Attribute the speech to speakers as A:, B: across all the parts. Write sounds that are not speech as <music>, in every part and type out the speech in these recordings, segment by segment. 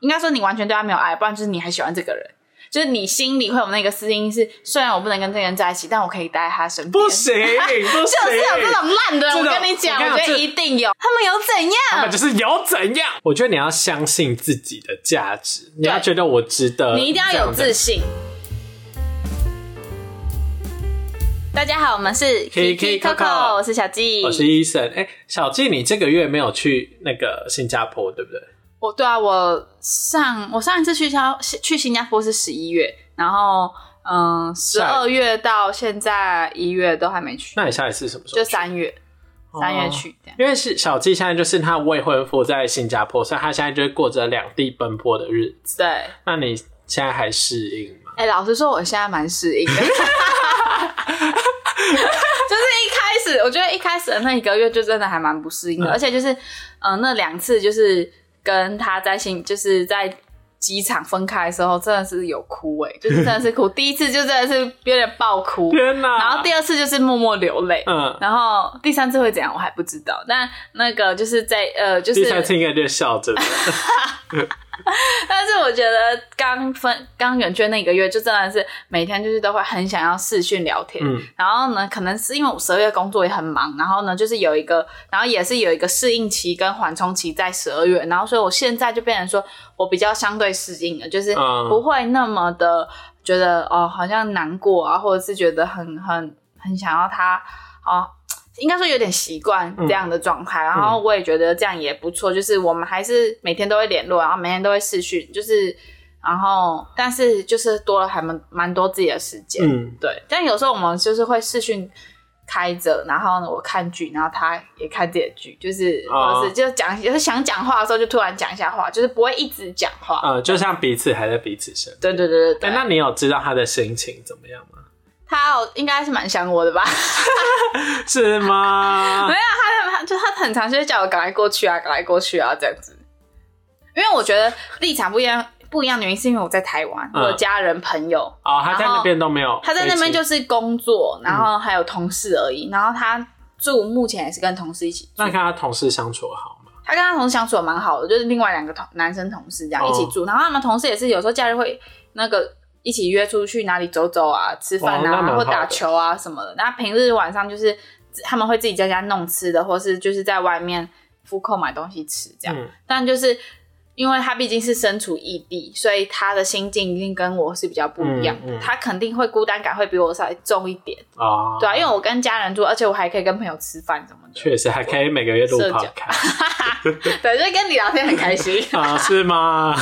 A: 应该说你完全对他没有爱，不然就是你还喜欢这个人，就是你心里会有那个私心是，虽然我不能跟这个人在一起，但我可以待在他身边。
B: 不行，不
A: 就
B: 行，
A: 是有这种烂的人，
B: 这
A: 我
B: 种
A: 跟你讲，
B: 我跟你
A: 我
B: 讲
A: 觉得
B: 这
A: 一定有。他们有怎
B: 他们
A: 样？
B: 就是有怎样？我觉得你要相信自己的价值，你要觉得我值得，
A: 你一定要有
B: 这
A: 自
B: 样子。
A: 信。大家好，我们是
B: Kiki Coco
A: 我是小纪，
B: 我是医生，哎、小纪，你这个月没有去那个新加坡，对不对？
A: 我对啊，我上我上一次去新加去新加坡是十一月，然后嗯，十二月到现在一月都还没去，
B: 那你下一次什么时候去？
A: 就三月三月去这样。
B: 因为是小纪现在就是她未婚夫在新加坡，所以她现在就是过着两地奔波的日子。
A: 对，
B: 那你现在还适应吗？
A: 哎、老实说，我现在蛮适应的。 <laughs> 就是一开始，我觉得一开始的那一个月就真的还蛮不适应的，
B: 嗯
A: 而且就是，嗯、那两次就是跟他在新，就是在机场分开的时候，真的是有哭哎、就是真的是哭。第一次就真的是有点爆哭，
B: 天哪！
A: 然后第二次就是默默流泪，
B: 嗯，
A: 然后第三次会怎样我还不知道。但那个就是在呃，就
B: 第
A: 是，
B: 三次应该就是笑着的。
A: <laughs> 但是我觉得刚分刚远距那一个月，就真的是每天就是都会很想要视讯聊天。
B: 嗯，
A: 然后呢，可能是因为我十二月工作也很忙，然后呢，就是有一个，然后也是有一个适应期跟缓冲期在十二月，然后所以我现在就变成说我比较相对适应了，就是
B: 嗯
A: 不会那么的觉得哦，好像难过啊，或者是觉得很很很想要他哦。应该说有点习惯这样的状
B: 嗯
A: 态，然后我也觉得这样也不错，就是我们还是每天都会联络，然后每天都会视讯，就是然后但是就是多了还蛮蛮多自己的时间，
B: 嗯，
A: 对，但有时候我们就是会视讯开着，然后呢，我看剧，然后他也看自己的剧，就是
B: 哦
A: 或者是就讲，就是想讲话的时候就突然讲一下话，就是不会一直讲话。
B: 呃，就像彼此还在彼此身边。
A: 对对对对对，
B: 哎、那你有知道他的心情怎么样吗？ <laughs>
A: 他有应该是蛮想我的吧？ <laughs>
B: 是吗
A: 没？有，他他就他很常就是叫我赶快过去啊，赶快过去啊这样子。因为我觉得立场不一样，不一样的原因是因为我在台湾，
B: 嗯
A: 我有家人朋友，
B: 哦，他在
A: 然后
B: 那边都没有飞机，嗯
A: 他在那边就是工作，然后还有同事而已，然后他住目前也是跟同事一起住
B: 那跟他同事相处好吗？
A: 他跟他同事相处也蛮好的，就是另外两个同男生同事这样
B: 哦
A: 一起住，然后他们同事也是有时候假日会那个一起约出去哪里走走啊、吃饭
B: 哦那蛮
A: 啊、
B: 好的
A: 或打球啊什么的。那平日晚上就是他们会自己在家弄吃的，或是就是在外面复购买东西吃这样。
B: 嗯
A: 但就是因为他毕竟是身处异地，所以他的心境一定跟我是比较不一样的，
B: 嗯嗯
A: 他肯定会孤单感会比我稍微重一点，
B: 哦，
A: 对啊，因为我跟家人住，而且我还可以跟朋友吃饭什么的，
B: 确实还可以每个月录
A: 社交
B: podcast <laughs>
A: 对，就是跟你聊天很开心。
B: 啊，
A: <laughs>
B: 是吗？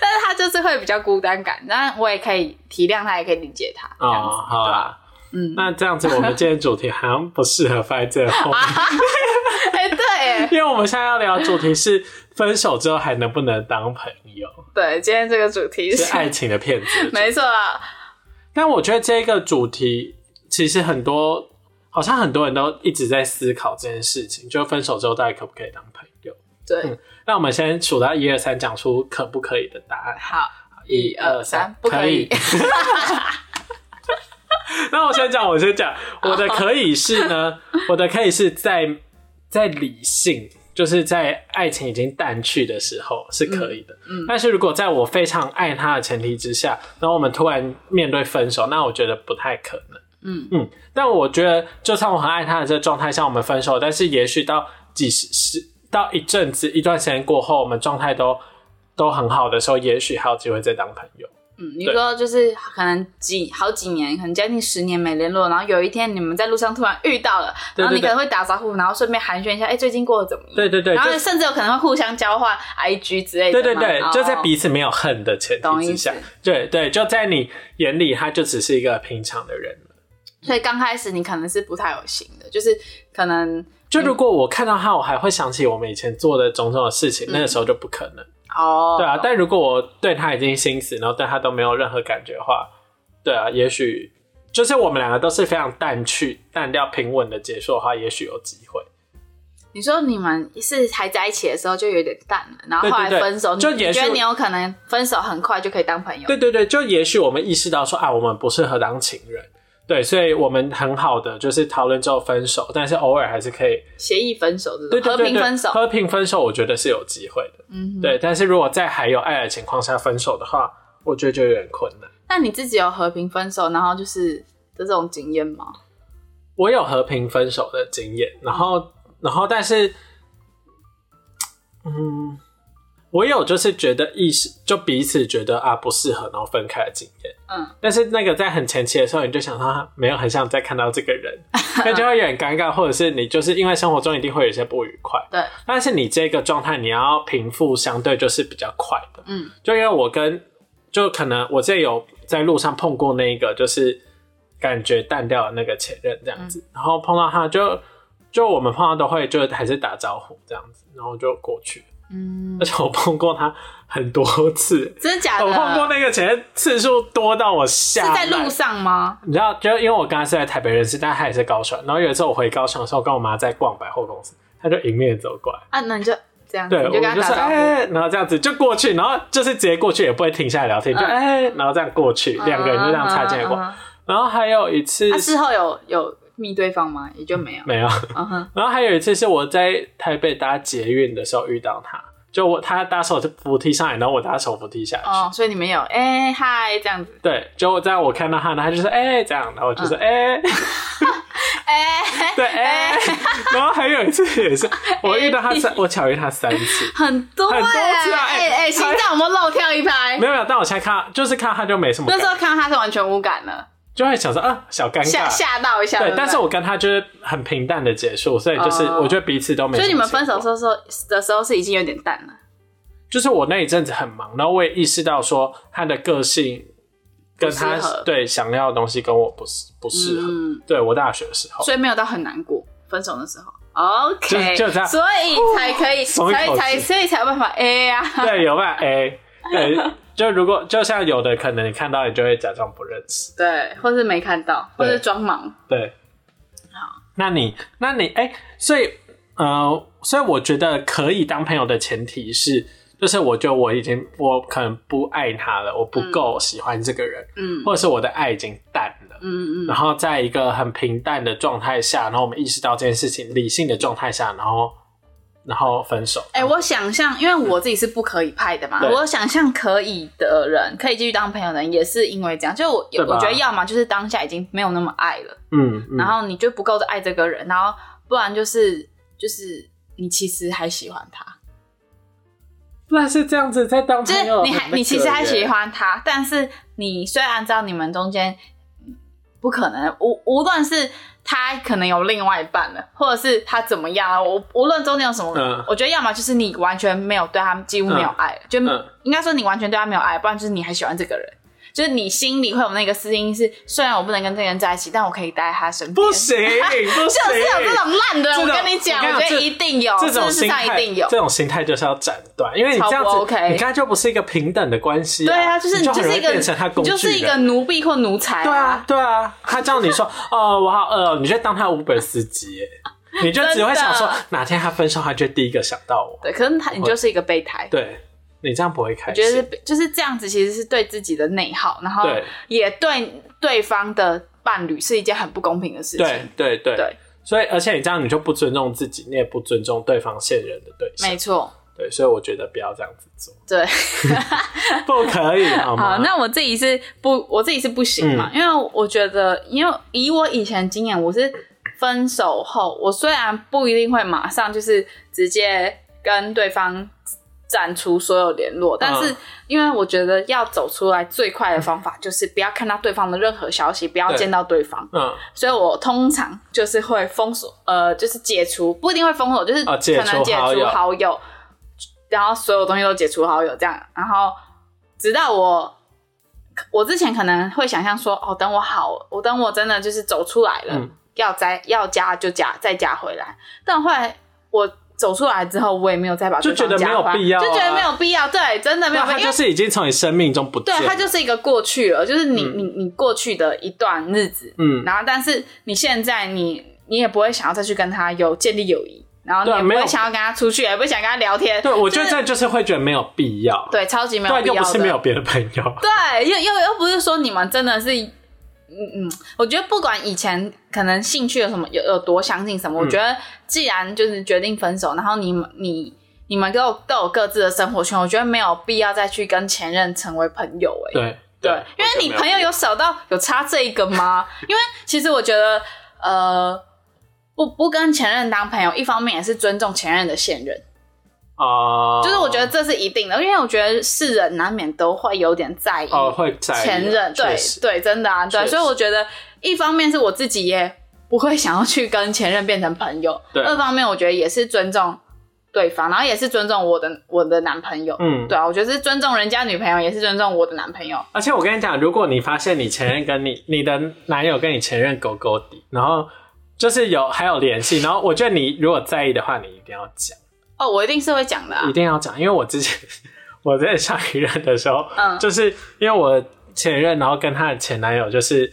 A: 但是他就是会比较孤单感，但我也可以体谅他，也可以理解他。这样子
B: 哦，好啦，
A: 嗯，
B: 那这样子我们今天主题好像不适合放在最后
A: <laughs>
B: 面，
A: 啊哎、对
B: 因为我们现在要聊的主题是分手之后还能不能当朋
A: <laughs>
B: 友，
A: 对，今天这个主题
B: 是
A: 是
B: 爱情的骗子。
A: <laughs> 没错啊，
B: 但我觉得这个主题其实很多，好像很多人都一直在思考这件事情，就分手之后到底可不可以当朋友？
A: 对，
B: 嗯那我们先数到一二三，讲出可不可以的答案。
A: 好，
B: 一
A: 二
B: 二
A: 三
B: 三，
A: 不可以。
B: <laughs> 那我先讲，我先讲，我的可以是 <laughs> 呢，我的可以是在在理性，就是在爱情已经淡去的时候是可以的。嗯，但是如果在我非常爱他的前提之下，然后我们突然面对分手，那我觉得不太可能。
A: 嗯
B: 嗯，但我觉得，就算我很爱他的这个状态下，我们分手，但是也许到几十十到一阵子一段时间过后，我们状态都都很好的时候，也许还有机会再当朋友。
A: 嗯，你说就是可能几好几年，可能将近十年没联络，然后有一天你们在路上突然遇到了，
B: 对
A: 然后你
B: 对对
A: 可能会打招呼，然后顺便寒暄一下，哎、最近过得怎么样？
B: 对对对，
A: 然
B: 就
A: 后甚至有可能会互相交换 IG 之类的
B: 对
A: 嘛。
B: 对对
A: 哦，
B: 就在彼此没有恨的前
A: 懂
B: 提
A: 意
B: 之
A: 思
B: 下，。对对，就在你眼里，他就只是一个平常的人。
A: 所以刚开始你可能是不太有心的，就是可能
B: 就如果我看到他，我还会想起我们以前做的种种的事
A: 嗯
B: 情，那个时候就不可能。
A: 哦，
B: 对啊，
A: 懂
B: 但如果我对他已经心死，然后对他都没有任何感觉的话，对啊，也许就是我们两个都是非常淡去、淡掉、平稳的结束的话，也许有机会。
A: 你说你们是还在一起的时候就有点淡了，然后
B: 对对
A: 后来
B: 对
A: 分手，你
B: 就
A: 你
B: 也
A: 觉得
B: 是
A: 你有可能分手很快就可以当朋友？
B: 对对对，就也许我们意识到说啊，我们不适合当情人，对，所以我们很好的就是讨论之后分手，但是偶尔还是可以
A: 协议分手这
B: 对
A: 种
B: 对
A: 和
B: 对
A: 平
B: 对
A: 分手，
B: 和平分手，我觉得是有机会的。
A: 嗯哼，
B: 对，但是如果在还有爱的情况下分手的话，我觉得就有点困难。
A: 那你自己有和平分手，然后就是这种经验吗？
B: 我有和平分手的经验，然后，然后，但是，嗯，我有就是觉得意识就彼此觉得啊不适合，然后分开的经验。
A: 嗯，
B: 但是那个在很前期的时候，你就想到他没有很想再看到这个人，那就会有点尴尬，或者是你就是因为生活中一定会有一些不愉快，
A: 对，
B: 但是你这个状态你要平复，相对就是比较快的。
A: 嗯，
B: 就因为我跟就可能我之前有在路上碰过那个，就是感觉淡掉的那个前任这样
A: 嗯
B: 子，然后碰到他就就我们碰到都会就还是打招呼这样子，然后就过去。
A: 嗯
B: 而，且我碰过他很多次，
A: 真的假的？
B: 我碰过那个前任次数多到我吓
A: 是在
B: 烂。
A: 路上吗？
B: 你知道，就因为我跟他是在台北认识，但他也是高雄。然后有一次我回高雄的时候，跟我妈在逛百货公司，他就迎面走过来。
A: 啊，那你就这样，
B: 对，
A: 你就跟他
B: 我
A: 打
B: 是
A: 招呼。
B: 哎、然后这样子就过去，然后就是直接过去，也不会停下来聊天，就
A: 嗯啊
B: 哎、然后这样过去，两、个人就这样擦肩而过。
A: 嗯嗯嗯嗯
B: 然后还有一次
A: 嗯那事后有有密对方吗？也就没有。
B: 没有， <laughs>
A: 嗯哼，
B: 然后还有一次是我在台北搭捷运的时候遇到他，就我他搭手扶梯上来，然后我搭手扶梯下去。
A: 哦，所以你们有哎嗨这样子，
B: 对，就我在我看到他，然后他就说哎、这样，然后我就说哎、
A: 嗯哎，
B: 对哎、然后还有一次也是我遇到他
A: <laughs>
B: 三，我巧遇他三次，
A: 很多
B: 很多次啊哎
A: 哎哎，心脏有没有漏跳一拍
B: 没？有没有，但我现在看到就是看到他就没什么
A: 哎那
B: 感
A: 时
B: 觉，
A: 候看到他是完全无感的，
B: 就会想说啊小尴尬，
A: 吓吓到一下。
B: 对，
A: 不
B: 但是我跟他就是很平淡的结束，所以就是
A: 哦
B: 我觉得彼此都没什么情况。
A: 所以你们分手的时候说的时候是已经有点淡了。
B: 就是我那一阵子很忙，然后我也意识到说他的个性跟他
A: 不适合
B: 对想要的东西跟我不是啊哦不适合。
A: 嗯，
B: 对我大学的时候，
A: 所以没有到很难过，分手的时候。OK，
B: 就就这样
A: 所以才可以，
B: 松一口
A: 才
B: 气
A: 才所以才有办法 A 啊呀、
B: 对有办法 A，对，就如果就像有的可能你看到你就会假装不认识，
A: 对，或是没看到，或
B: 对
A: 是装忙，
B: 对。那你那你哎、所以呃，所以我觉得可以当朋友的前提是，就是我觉得我已经我可能不爱他了，我不够喜欢这个人，
A: 嗯
B: 或者是我的爱已经淡了，
A: 嗯嗯
B: 然后在一个很平淡的状态下，然后我们意识到这件事情，理性的状态下，然后然后分手。
A: 哎、我想象，因为我自己是不可以派的嘛，
B: 对
A: 我想象可以的人，可以继续当朋友的人，也是因为这样，就我
B: 对吧
A: 我觉得要么就是当下已经没有那么爱了，
B: 嗯，嗯
A: 然后你就不够的爱这个人，然后不然就是就是你其实还喜欢他，
B: 那是这样子在当
A: 就
B: 朋
A: 是
B: 哦
A: 你
B: 友很那个耶，
A: 还你其实还喜欢他，但是你虽然知道你们中间嗯不可能，无无论是他可能有另外一半了，或者是他怎么样啊，我无论中间有什么，
B: 嗯
A: 我觉得要么就是你完全没有对他几乎没有爱，就、
B: 嗯
A: 应该说你完全对他没有爱，不然就是你还喜欢这个人。就是你心里会有那个私心，是虽然我不能跟这个人在一起，但我可以待在他身边。
B: 不行，不
A: <laughs> 就
B: 行，
A: 是有这种烂的人，
B: 这
A: 我
B: 种
A: 跟你讲，我
B: 我跟你
A: 觉
B: 讲
A: 得一定有，
B: 这种
A: 世
B: 心
A: 上一
B: 态
A: 定有。
B: 这种心态就是要斩断，因为你这样
A: 超
B: 子，
A: 不 OK
B: 你刚才就不是一个平等的关系、
A: 对啊，就是你
B: 你就
A: 就
B: 很
A: 是
B: 容
A: 一
B: 易
A: 个，
B: 变成他工
A: 你
B: 具
A: 就是一个
B: 人。
A: 奴婢或奴才、
B: 对啊，，对啊，他叫你说， <laughs> 哦，我好饿哦，你就当他 Uber 司
A: <laughs>
B: 机耶，你就只会想说
A: 真的，
B: 哪天他分手，他就第一个想到我。
A: 对，可是他你就是一个备胎，
B: 对，你这样不会开
A: 我觉得是
B: 心。
A: 被就是这样子，其实是对自己的内耗，然后
B: 对
A: 也对对方的伴侣是一件很不公平的事
B: 对
A: 情。
B: 对对
A: 对
B: 所以而且你这样你就不尊重自己，你也不尊重对方现任的对象
A: 没。错，
B: 对，所以我觉得不要这样子做，
A: 对。
B: <laughs> 不可
A: <laughs>
B: 以好吗？嗯
A: 好，那我自己是不，我自己是不行嘛，因为我觉得，因为以我以前经验，我是分手后，我虽然不一定会马上就是直接跟对方斩除所有联络，但
B: 嗯
A: 是因为我觉得要走出来最快的方法就是不要看到对方的任何消息，不要
B: 对
A: 见到对方，
B: 嗯，
A: 所以我通常就是会封锁，呃，就是解除，不一定会封锁，就是
B: 哦
A: 可
B: 解除
A: 能解
B: 好
A: 除
B: 友
A: 好友，然后所有东西都解除好友这样，然后直到我，我之前可能会想象说，哦，等我好，我等我真的就是走出来了，
B: 嗯
A: 要再要加就加，再加回来，但后来我。走出来之后，我也没有再把对
B: 就觉
A: 方
B: 得
A: 加
B: 没有
A: 回来
B: 必要啊
A: 就觉得没有必要，对，真的没有必
B: 那
A: 要，
B: 他
A: 因为
B: 就是已经从你生命中不见
A: 对
B: 了，，
A: 它就是一个过去了，就是你、你你过去的一段日子，
B: 嗯
A: 然后但是你现在你你也不会想要再去跟他有建立友谊，然后你
B: 对啊
A: 也不
B: 没
A: 会
B: 有
A: 想要跟他出去，也不会想跟他聊天，
B: 对，我觉得
A: 就是
B: 这就是会觉得没有必要，
A: 对超级没有
B: 对，啊
A: 必要
B: 又不是
A: 的
B: 没有别的朋友，
A: 对，又又又不是说你们真的是嗯嗯，我觉得不管以前可能兴趣有什么有有多相近什
B: 嗯
A: 么，我觉得既然就是决定分手，然后你们你你们都有都有各自的生活圈，我觉得没有必要再去跟前任成为朋友、欸。哎，
B: 对
A: 对，因为你朋友有少到有差这一个吗？ <laughs> 因为其实我觉得，呃，不不跟前任当朋友，一方面也是尊重前任的现任，
B: 啊，
A: 就是我觉得这是一定的，因为我觉得世人难免都会有点在意
B: 哦会在意
A: 前任，对
B: 确实
A: 对，真的啊，对，
B: 确实
A: 所以我觉得一方面是我自己也不会想要去跟前任变成朋友，
B: 对
A: 二方面我觉得也是尊重对方，然后也是尊重我的我的男朋友，
B: 嗯，
A: 对啊，我觉得是尊重人家女朋友，也是尊重我的男朋友，
B: 而且我跟你讲，如果你发现你前任跟你你的男友跟你前任勾勾底，然后就是有还有联系，然后我觉得你如果在意的话，你一定要讲，
A: 哦，我一定是会讲的、啊
B: 一，定要讲，因为我之前 <laughs> 我在上一任的时候，
A: 嗯
B: 就是因为我前任，然后跟她的前男友就是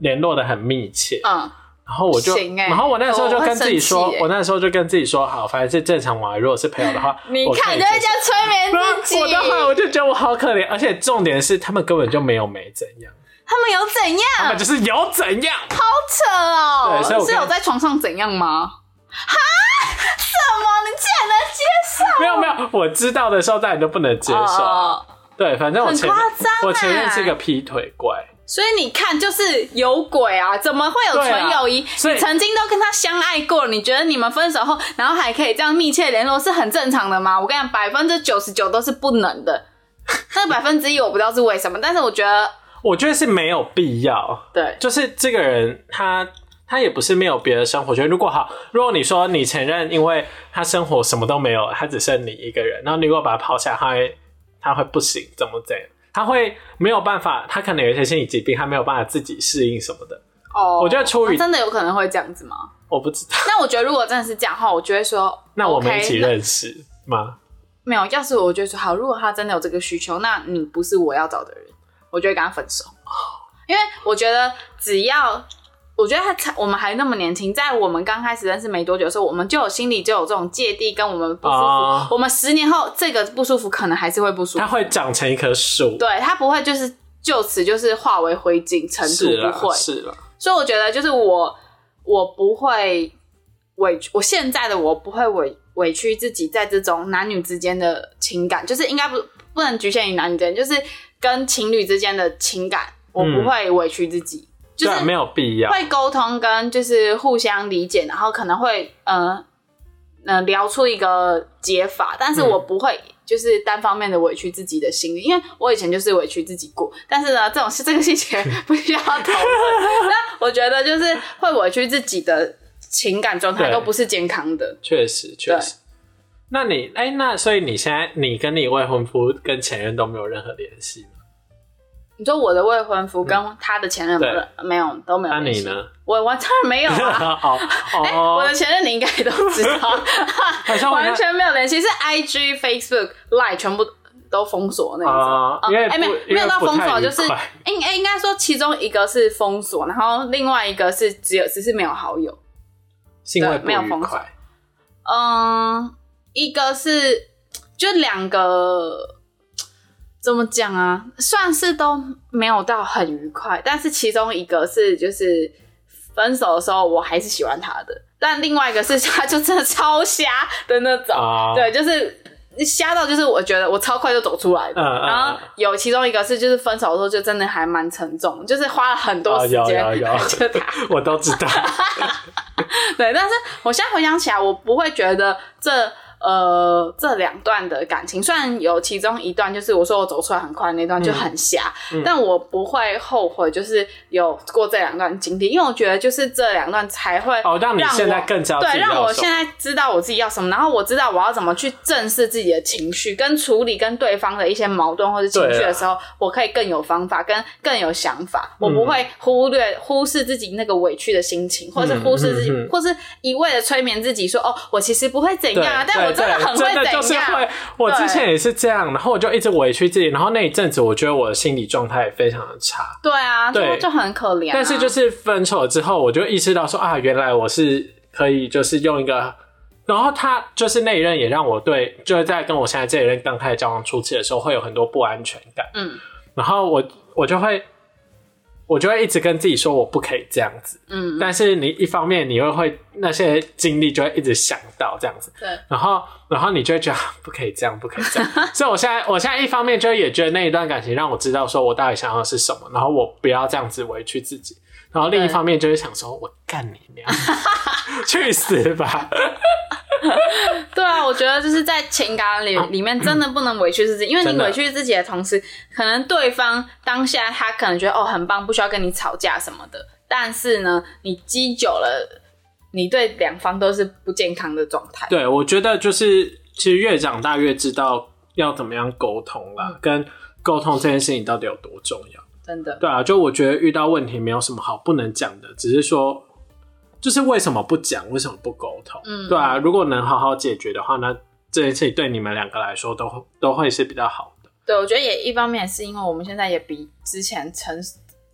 B: 联络的很密切，
A: 嗯，
B: 然后我就，
A: 行欸
B: 然后我那时候就跟自己
A: 我
B: 说，
A: 会生气欸
B: 我那时候就跟自己说，好，反正是正常玩，如果是朋友的话，
A: <laughs> 你
B: 我可
A: 看
B: 以
A: 你都在
B: 接
A: 这样催眠自己，
B: 受我的话，我就觉得我好可怜，而且重点是他们根本就没有没怎样，
A: 他们有怎样？
B: 他们就是有怎样。
A: 扯嗯哦！
B: 对所以我
A: 是
B: 跟
A: 有在床上怎样吗？哈？什么？你竟然能接受？
B: 没有没有，我知道的时候当然就不能接受啊。
A: 哦
B: 对，反正我前
A: 很夸张欸
B: 我前任是个劈腿怪，
A: 所以你看，就是有鬼啊！怎么会有
B: 对啊
A: 纯友谊？
B: 所以
A: 你曾经都跟他相爱过，你觉得你们分手后，然后还可以这样密切联络，是很正常的吗？我跟你讲，百分之九十九都是不能的。那百分之一我不知道是为什么，但是我觉得
B: 我觉得是没有必要。
A: 对，
B: 就是这个人他他也不是没有别的生活圈。如果好，如果你说你承认，因为他生活什么都没有，他只剩你一个人，然后你如果把他抛下，他会他会不行，怎么怎样？他会没有办法，他可能有一些心理疾病，他没有办法自己适应什么的。
A: 哦，
B: 我觉得出于
A: 那真的有可能会这样子吗？
B: 我不知道， <laughs>
A: 那我觉得如果真的是这样的话，我就会说，
B: 那我们
A: OK，
B: 一起
A: 那
B: 认识吗？
A: 没有，要是我就会说好，如果他真的有这个需求，那你不是我要找的人，我就会跟他分手。因为我觉得只要，我觉得他才我们还那么年轻，在我们刚开始认识没多久的时候，我们就有心里就有这种芥蒂，跟我们不舒服。
B: 啊
A: 我们十年后这个不舒服可能还是会不舒服
B: 他，会长成一棵树，
A: 对他不会就是就此就是化为灰烬，尘
B: 是
A: 土
B: 啦
A: 不会。
B: 是啦。
A: 所以我觉得就是我，我不会委屈，我现在的我不会委委屈自己在这种男女之间的情感，就是应该不不能局限于男女之间，就是跟情侣之间的情感，我不会委屈自己，就
B: 嗯对啊，
A: 是
B: 没有必要。
A: 会沟通跟就是互相理解，然后可能会呃呃聊出一个解法，但是
B: 嗯
A: 我不会。就是单方面的委屈自己的心理，因为我以前就是委屈自己过，但是呢，这种事这个细节不需要讨论。 <laughs> 我觉得就是会委屈自己的情感状态
B: 对
A: 都不是健康的。
B: 确实，确实。那你哎、那所以你现在你跟你未婚夫跟前任都没有任何联系吗？
A: 你说我的未婚夫跟他的前任不认没有都没有
B: 嗯那
A: 联
B: 你
A: 系？
B: 呢？
A: 我我当然没有啊。
B: 哦
A: 哎、我
B: 哦
A: 的，前任你应该都知道，
B: <laughs> 好像我
A: 完全没有联系，是 I G、Facebook、Line 全部都封锁那一种。
B: 啊
A: 嗯，
B: 因为
A: 哎没有
B: 不
A: 没有到封锁，
B: 因为
A: 就
B: 不
A: 是
B: 太愉快
A: 应哎应该说其中一个是封锁，然后另外一个是只有只是没有好友。
B: 是因为
A: 对
B: 不
A: 没有
B: 愉
A: 封锁
B: 快
A: 嗯，一个是就两个怎么讲啊，算是都没有到很愉快，但是其中一个是就是分手的时候我还是喜欢他的，但另外一个是 <laughs> 他就真的超瞎的那种，
B: 啊，
A: 对，就是。瞎到就是我觉得我超快就走出来的，
B: 嗯嗯嗯
A: 然后有其中一个是就是分手的时候就真的还蛮沉重，就是花了很多
B: 啊
A: 时
B: 有
A: 间、
B: 有
A: <laughs>
B: <laughs> 有
A: 就他
B: 我都知
A: <laughs>
B: 道。
A: 对，但是我现在回想起来，我不会觉得这呃这两段的感情，虽然有其中一段就是我说我走出来很快那段就很瞎，
B: 嗯
A: 但我不会后悔，就是有过这两段经历，因为我觉得就是这两段才会
B: 哦，让你
A: 我
B: 现在更加
A: 对，让我现
B: 在
A: 在知道我自己要什么，然后我知道我要怎么去正视自己的情绪，跟处理跟对方的一些矛盾或者情绪
B: 对啊嗯
A: 的时候，我可以更有方法，跟更有想法，我不会忽略、忽视自己那个委屈的心情，或是忽视自己，
B: 嗯嗯嗯
A: 或是一味的催眠自己说：“哦，我其实不会怎样啊，但我真的很
B: 真的
A: 会
B: 就是
A: 怎样。
B: 会。我
A: 对
B: 之前也是这样，然后我就一直委屈自己，然后那一阵子我觉得我的心理状态非常的差。
A: 对啊，就
B: 对
A: 就很可怜啊、
B: 但是就是分手之后，我就意识到说啊，原来我是可以就是用一个，然后他就是那一任也让我对，就是在跟我现在这一任刚开始交往初期的时候，会有很多不安全感，
A: 嗯，
B: 然后我我就会我就会一直跟自己说我不可以这样子。
A: 嗯，
B: 但是你一方面你会会那些经历就会一直想到这样子，
A: 对，
B: 然后然后你就会觉得啊不可以这样，不可以这样。所以我现在我现在一方面就也觉得那一段感情让我知道说我到底想要的是什么，然后我不要这样子委屈自己。然后另一
A: 对
B: 方面就是想说，我干你娘，去死吧！
A: 对啊，我觉得就是在情感里里面真的不能委屈自己，因为
B: 啊嗯真
A: 你
B: 的
A: 委屈自己的同时，可能对方当下他可能觉得哦很棒，不需要跟你吵架什么的，但是呢，你积久了，你对两方都是不健康的状态。
B: 对，我觉得就是其实越长大越知道要怎么样沟通啦，跟沟通这件事情到底有多重要。
A: 真的，
B: 对啊，就我觉得遇到问题没有什么好不能讲的，只是说就是为什么不讲，为什么不沟通？
A: 嗯
B: 对啊，如果能好好解决的话，那这件事情对你们两个来说都会都会是比较好的。
A: 对我觉得也一方面也是因为我们现在也比之前成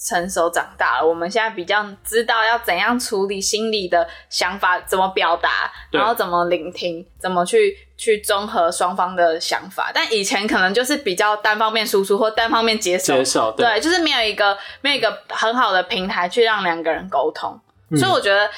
A: 成熟长大了，我们现在比较知道要怎样处理心里的想法，怎么表达，
B: 对
A: 然后怎么聆听，怎么去去综合双方的想法。但以前可能就是比较单方面输出或单方面接受，
B: 接受对
A: 对，就是没有一个没有一个很好的平台去让两个人沟通，
B: 嗯
A: 所以我觉得。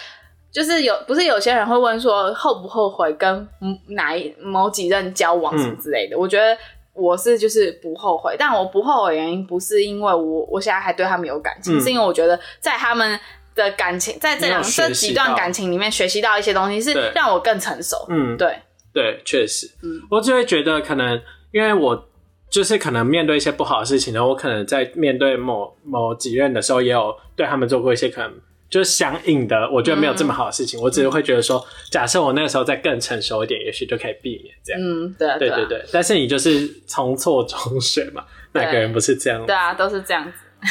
A: 就是有不是有些人会问说后不后悔跟嗯哪一某几任交
B: 嗯
A: 往什么之类的，我觉得我是就是不后悔，但我不后悔的原因不是因为我我现在还对他们有感情，
B: 嗯
A: 是因为我觉得在他们的感情在这两
B: 你有学习
A: 这几段
B: 到
A: 感情里面学习到一些东西，
B: 对
A: 是让我更成熟。
B: 嗯，
A: 对，
B: 对，确实，
A: 嗯
B: 我就会觉得可能因为我就是可能面对一些不好的事情，然后我可能在面对某某几任的时候，也有对他们做过一些可能就是相应的，我觉得没有这么好的事情，我只是会觉得说，假设我那个时候再更成熟一点，也许就可以避免这样。
A: 嗯，对啊
B: 对
A: 啊
B: 对对，但是你就是从错中学嘛，哪个
A: 对
B: 人不是这样
A: 对啊，都是这样子。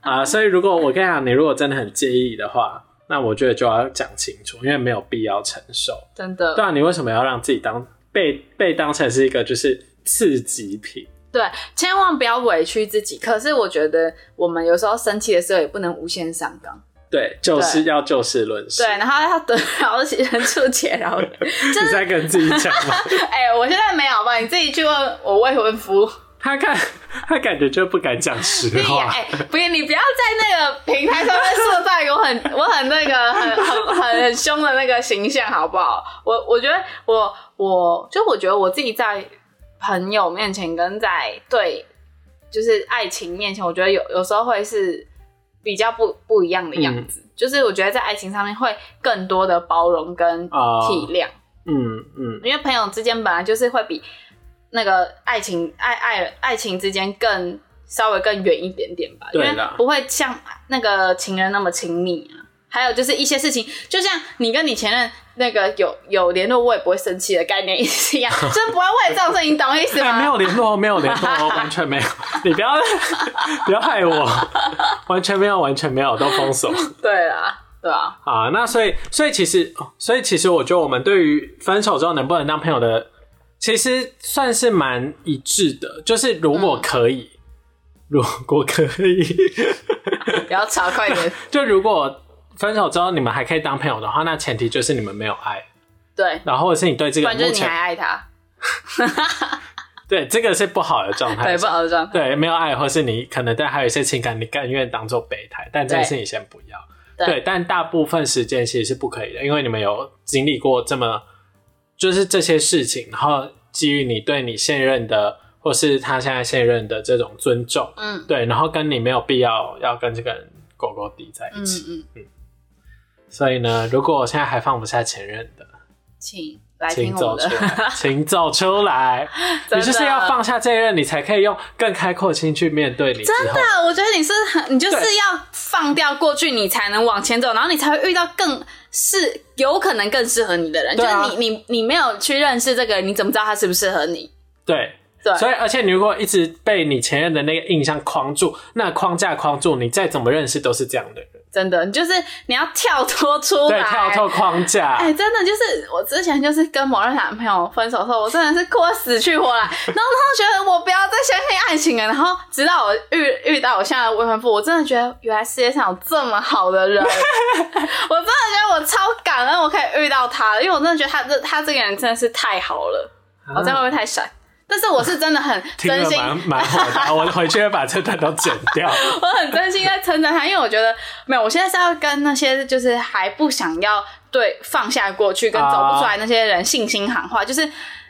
B: 啊？所以如果我跟你讲，你如果真的很介意的话，那我觉得就要讲清楚，因为没有必要承受。
A: 真的，
B: 对啊，你为什么要让自己当被被当成是一个就是次级品？
A: 对，千万不要委屈自己。可是我觉得我们有时候生气的时候也不能无限上纲，
B: 对，就是要就事论事
A: 对。，然后要得饶人处且饶人。
B: 你在跟自己讲吗？ <laughs>
A: 哎、我现在没有好不好？你自己去问我未婚夫。
B: 他看他感觉就不敢讲实
A: 对呀，
B: 话。
A: 哎、不是你不要在那个平台上面塑造一个我很我很那个很很很很凶的那个形象，好不好？我我觉得我我就我觉得我自己在朋友面前跟在对就是爱情面前，我觉得有有时候会是比较不不一样的样子，就是我觉得在爱情上面会更多的包容跟体
B: 哦
A: 谅。
B: 嗯嗯，
A: 因为朋友之间本来就是会比那个爱情爱爱爱情之间更稍微更远一点点吧，因
B: 对
A: 为
B: 啦
A: 不会像那个情人那么亲密啊。还有就是一些事情，就像你跟你前任那个有有联络，我也不会生气的概念是一样， <laughs> 就是不会为这种事情，你懂我意思
B: 哎、
A: 吗？
B: 没有联络，没有联络，完全
A: <laughs>
B: 没有。你不要 <laughs> 不要害我，完全没有，完全没有，都封锁。
A: 对啦，对啊，
B: 啊，那所以所以其实，哦所以其实我觉得我们对于分手之后能不能当朋友的，其实算是蛮一致的。就是如果可以，
A: 嗯
B: 如果可以，
A: 不要吵，快点。
B: 就如果分手之后你们还可以当朋友的话，那前提就是你们没有爱，
A: 对，
B: 然后或者是你对这
A: 不
B: 个
A: 然就是
B: 目
A: 你还
B: 前
A: 爱他，
B: 对这个是不好的状态
A: 对，。不好的状态。
B: 对，没有爱，或是你可能对还有一些情感，你甘愿当做备胎，但这件
A: 对
B: 事情先不要。
A: 对
B: 对，但大部分时间其实是不可以的，因为你们有经历过这么，就是这些事情，然后基于你对你现任的，或是他现在现任的这种尊重，
A: 嗯
B: 对，然后跟你没有必要要跟这个人狗狗抵在一
A: 嗯
B: 起。
A: 嗯，
B: 所以呢，如果我现在还放不下前任的，
A: 请来听
B: 请
A: 我
B: 走
A: 们的 <laughs>
B: 出。来，请走出来，你就是
A: 真的
B: 要放下这一任，你才可以用更开阔的心去面对你之
A: 真
B: 后。
A: 啊的，我觉得你是很，你就是
B: 对
A: 要放掉过去，你才能往前走，然后你才会遇到更适，有可能更适合你的人。
B: 对啊
A: 就是你，你，你没有去认识这个人，你怎么知道他适不适合你？
B: 对，
A: 对，
B: 所以，而且你如果一直被你前任的那个印象框住，那框架框住，你再怎么认识都是这样的人。
A: 真的，你就是你要跳脱出来，
B: 对，跳脱框架。嗯
A: 哎、真的就是我之前就是跟某任男朋友分手的时候，我真的是哭得死去活来，然后他觉得我不要再相信爱情了，然后直到我遇遇到我现在的未婚夫，我真的觉得原来世界上有这么好的
B: <laughs>
A: 人，我真的觉得我超感恩我可以遇到他，因为我真的觉得他这他这个人真的是太好了，我这样会不会太闪？但是我是真的很
B: 听
A: 真
B: 了
A: 心，
B: 蛮蛮火大，我回去会把这段都剪掉。
A: <laughs> 我很真心在称赞他，因为我觉得没有，我现在是要跟那些就是还不想要对放下过去跟走不出来那些人信心喊话，就是。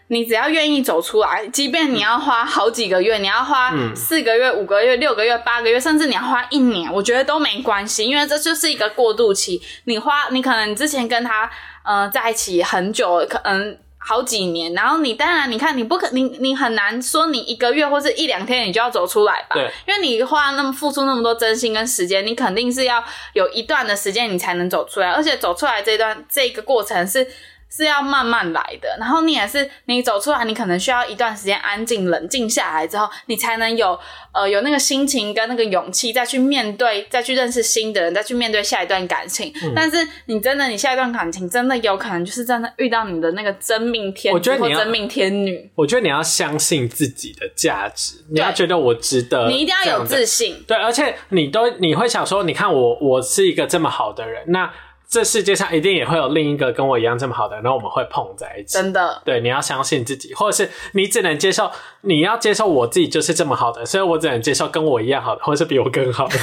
A: 你只要愿意走出来，即便你要花好几个月，你要花四个月、五个月、六个月、八个月，甚至你要花一年，我觉得都没关系，因为这就是一个过渡期。你花，你可能之前跟他呃在一起很久，可能好几年，然后你当然你看你不可你你很难说你一个月或是一两天你就要走出来吧，
B: 对，
A: 因为你花那么付出那么多真心跟时间，你肯定是要有一段的时间你才能走出来，而且走出来这段这个过程是是要慢慢来的。然后你也是你走出来，你可能需要一段时间安静冷静下来之后，你才能有呃有那个心情跟那个勇气再去面对，再去认识新的人，再去面对下一段感情。
B: 嗯
A: 但是你真的你下一段感情真的有可能就是真的遇到你的那个真命天
B: 我觉
A: 子
B: 得
A: 或
B: 你要
A: 真命天女，
B: 我觉得你要相信自己的价值，你要
A: 对
B: 觉得我值得，
A: <laughs> 你一定要有
B: 信。
A: 自信。
B: 对，而且你都你会想说，你看我我是一个这么好的人，那这世界上一定也会有另一个跟我一样这么好的人，然后我们会碰在一起。
A: 真的，
B: 对，你要相信自己，或者是你只能接受，你要接受我自己就是这么好的，所以我只能接受跟我一样好的，或者是比我更好的。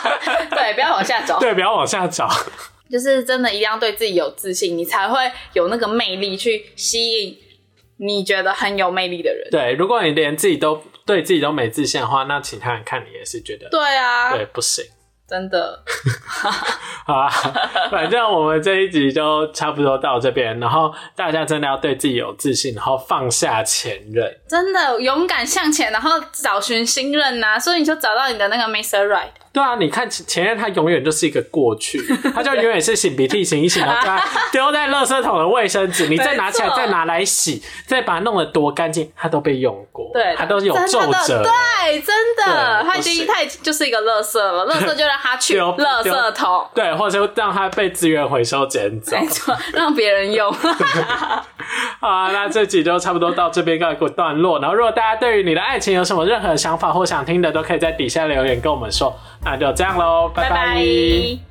B: <laughs>
A: 对，不要往下走。
B: 对，不要往下找。
A: 就是真的一定要对自己有自信，你才会有那个魅力去吸引你觉得很有魅力的人。
B: 对，如果你连自己都对自己都没自信的话，那其他人看你也是觉得
A: 对啊，
B: 对不行。
A: 真的，
B: 好啊， <laughs> 反正我们这一集就差不多到这边，然后大家真的要对自己有自信，然后放下前任。
A: 真的勇敢向前，然后找寻新任呐、所以你就找到你的那个 Mr. Right。
B: 对啊，你看前前任他永远就是一个过
A: <laughs>
B: 去，他就永远是擤鼻涕擤一擤，然后把它丢在垃圾桶的卫生纸，你再拿起来
A: 没错
B: 再拿来洗，再把它弄得多干净，它都被用过，
A: 对，
B: 它都是有皱
A: 真的
B: 褶的。
A: 对，啊真的，
B: 对
A: 他
B: 不
A: 已经
B: 行
A: 他已经就是一个垃圾了，垃圾就让他去
B: 丢
A: 垃
B: 丢
A: 圾桶，
B: 对，或者是让它被资源回收捡走。
A: 没错，让别人用。
B: 好啊，那这集就差不多到这边告一个段落。然后，如果大家对于你的爱情有什么任何想法或想听的，都可以在底下留言跟我们说。那就这样喽，
A: 拜
B: <laughs> 拜
A: 拜。